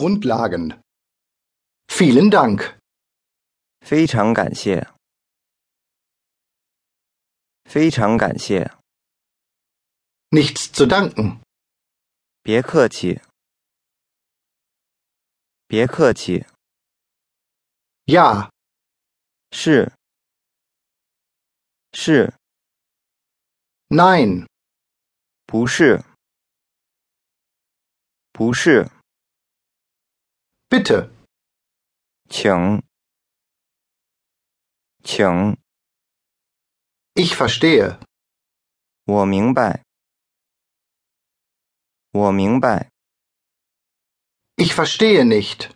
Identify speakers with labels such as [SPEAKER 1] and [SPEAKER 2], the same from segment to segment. [SPEAKER 1] grundlagen. Vielen Dank.
[SPEAKER 2] 非常感谢，非常感谢，
[SPEAKER 1] Nichts zu danken.
[SPEAKER 2] 别客气，别客气，
[SPEAKER 1] Ja,
[SPEAKER 2] 是，是，
[SPEAKER 1] nein,
[SPEAKER 2] 不是，不是，
[SPEAKER 1] bitte,
[SPEAKER 2] 请，请，
[SPEAKER 1] ich verstehe.
[SPEAKER 2] 我明白，我明白，
[SPEAKER 1] Ich verstehe nicht.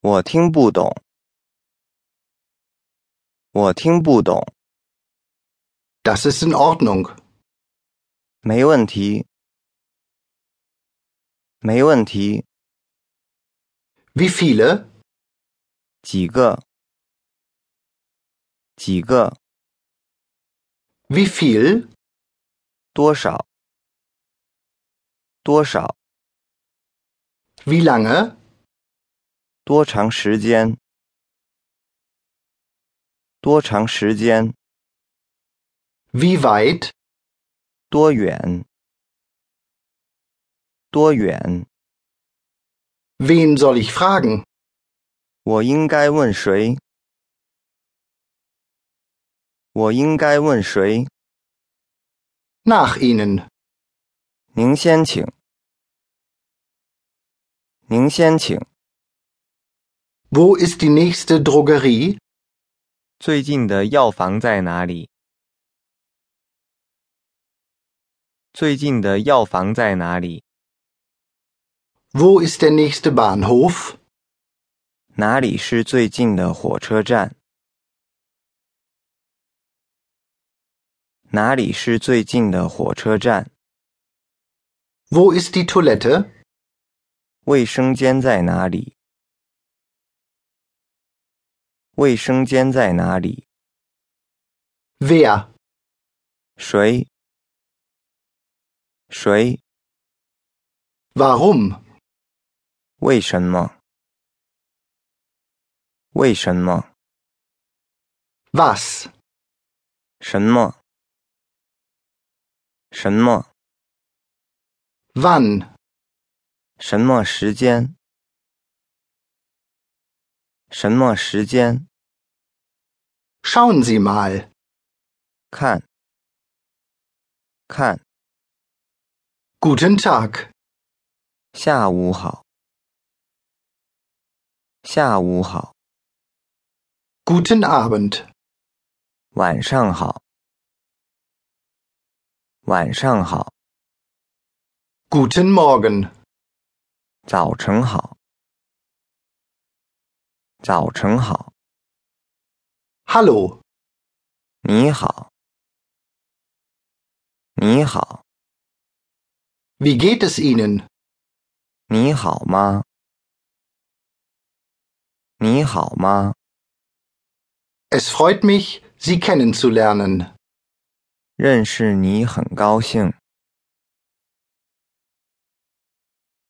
[SPEAKER 2] 我听不懂，我听不懂，
[SPEAKER 1] Das ist in Ordnung.
[SPEAKER 2] 没问题，没问题，
[SPEAKER 1] Wie viele?
[SPEAKER 2] 几个，几个，
[SPEAKER 1] Wie viel?
[SPEAKER 2] 多少，多少，
[SPEAKER 1] Wie lange?
[SPEAKER 2] 多长时间，多长时间，
[SPEAKER 1] Wie weit?
[SPEAKER 2] 多远，多远，
[SPEAKER 1] Wen soll ich fragen?
[SPEAKER 2] 我应该问谁？我应该问谁？
[SPEAKER 1] Nach Ihnen.
[SPEAKER 2] 您先请，您先请。
[SPEAKER 1] Wo ist die nächste Drogerie?
[SPEAKER 3] 最近的药房在哪里？最近的药房在哪里？
[SPEAKER 1] Wo ist der nächste Bahnhof?
[SPEAKER 2] 哪里是最近的火车站？哪里是最近的火车站？
[SPEAKER 1] Wo ist die Toilette?
[SPEAKER 2] 卫生间在哪里？卫生间在哪里？
[SPEAKER 1] Wer?
[SPEAKER 2] 谁？谁？
[SPEAKER 1] Warum?
[SPEAKER 2] 为什么？为什么？
[SPEAKER 1] Was?
[SPEAKER 2] 什么？什么？
[SPEAKER 1] Wann?
[SPEAKER 2] 什么时间？什么时间？
[SPEAKER 1] Schauen Sie mal.
[SPEAKER 2] 看，看，
[SPEAKER 1] Guten Tag.
[SPEAKER 2] 下午好，下午好，
[SPEAKER 1] Guten Abend.
[SPEAKER 2] 晚上好，晚上好，
[SPEAKER 1] Guten Morgen.
[SPEAKER 2] 早晨好，早晨好，
[SPEAKER 1] Hallo.
[SPEAKER 2] 你好，你好，
[SPEAKER 1] Wie geht es Ihnen?
[SPEAKER 2] 你好吗？你好吗？
[SPEAKER 1] Es freut mich, Sie kennenzulernen.
[SPEAKER 2] 认识你很高兴，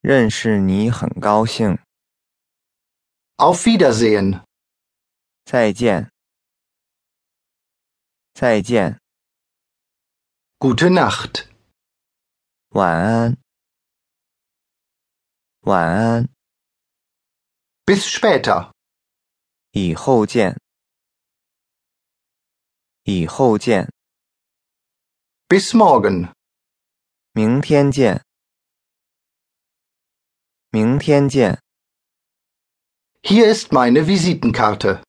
[SPEAKER 2] 认识你很高兴，
[SPEAKER 1] Auf Wiedersehen.
[SPEAKER 2] 再见，再见，
[SPEAKER 1] Gute Nacht.
[SPEAKER 2] 晚安，晚安，
[SPEAKER 1] Bis später.
[SPEAKER 2] 以后见，以后见，
[SPEAKER 1] Bis morgen.
[SPEAKER 2] 明天见，明天见，
[SPEAKER 1] Hier ist meine Visitenkarte.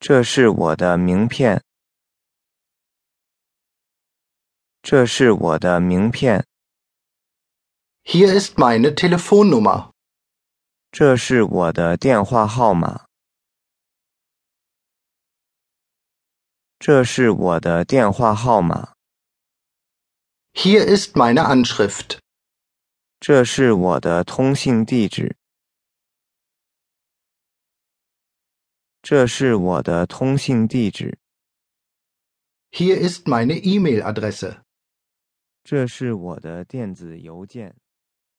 [SPEAKER 2] 这是我的名片，这是我的名片。
[SPEAKER 1] Hier ist meine Telefonnummer.
[SPEAKER 2] 这是我的电话号码。这是我的电话号码。
[SPEAKER 1] Hier ist meine Anschrift.
[SPEAKER 2] 这是我的通信地址。这是我的通信地址。
[SPEAKER 1] Hier ist meine E-Mail-Adresse.
[SPEAKER 2] 这是我的电子邮件。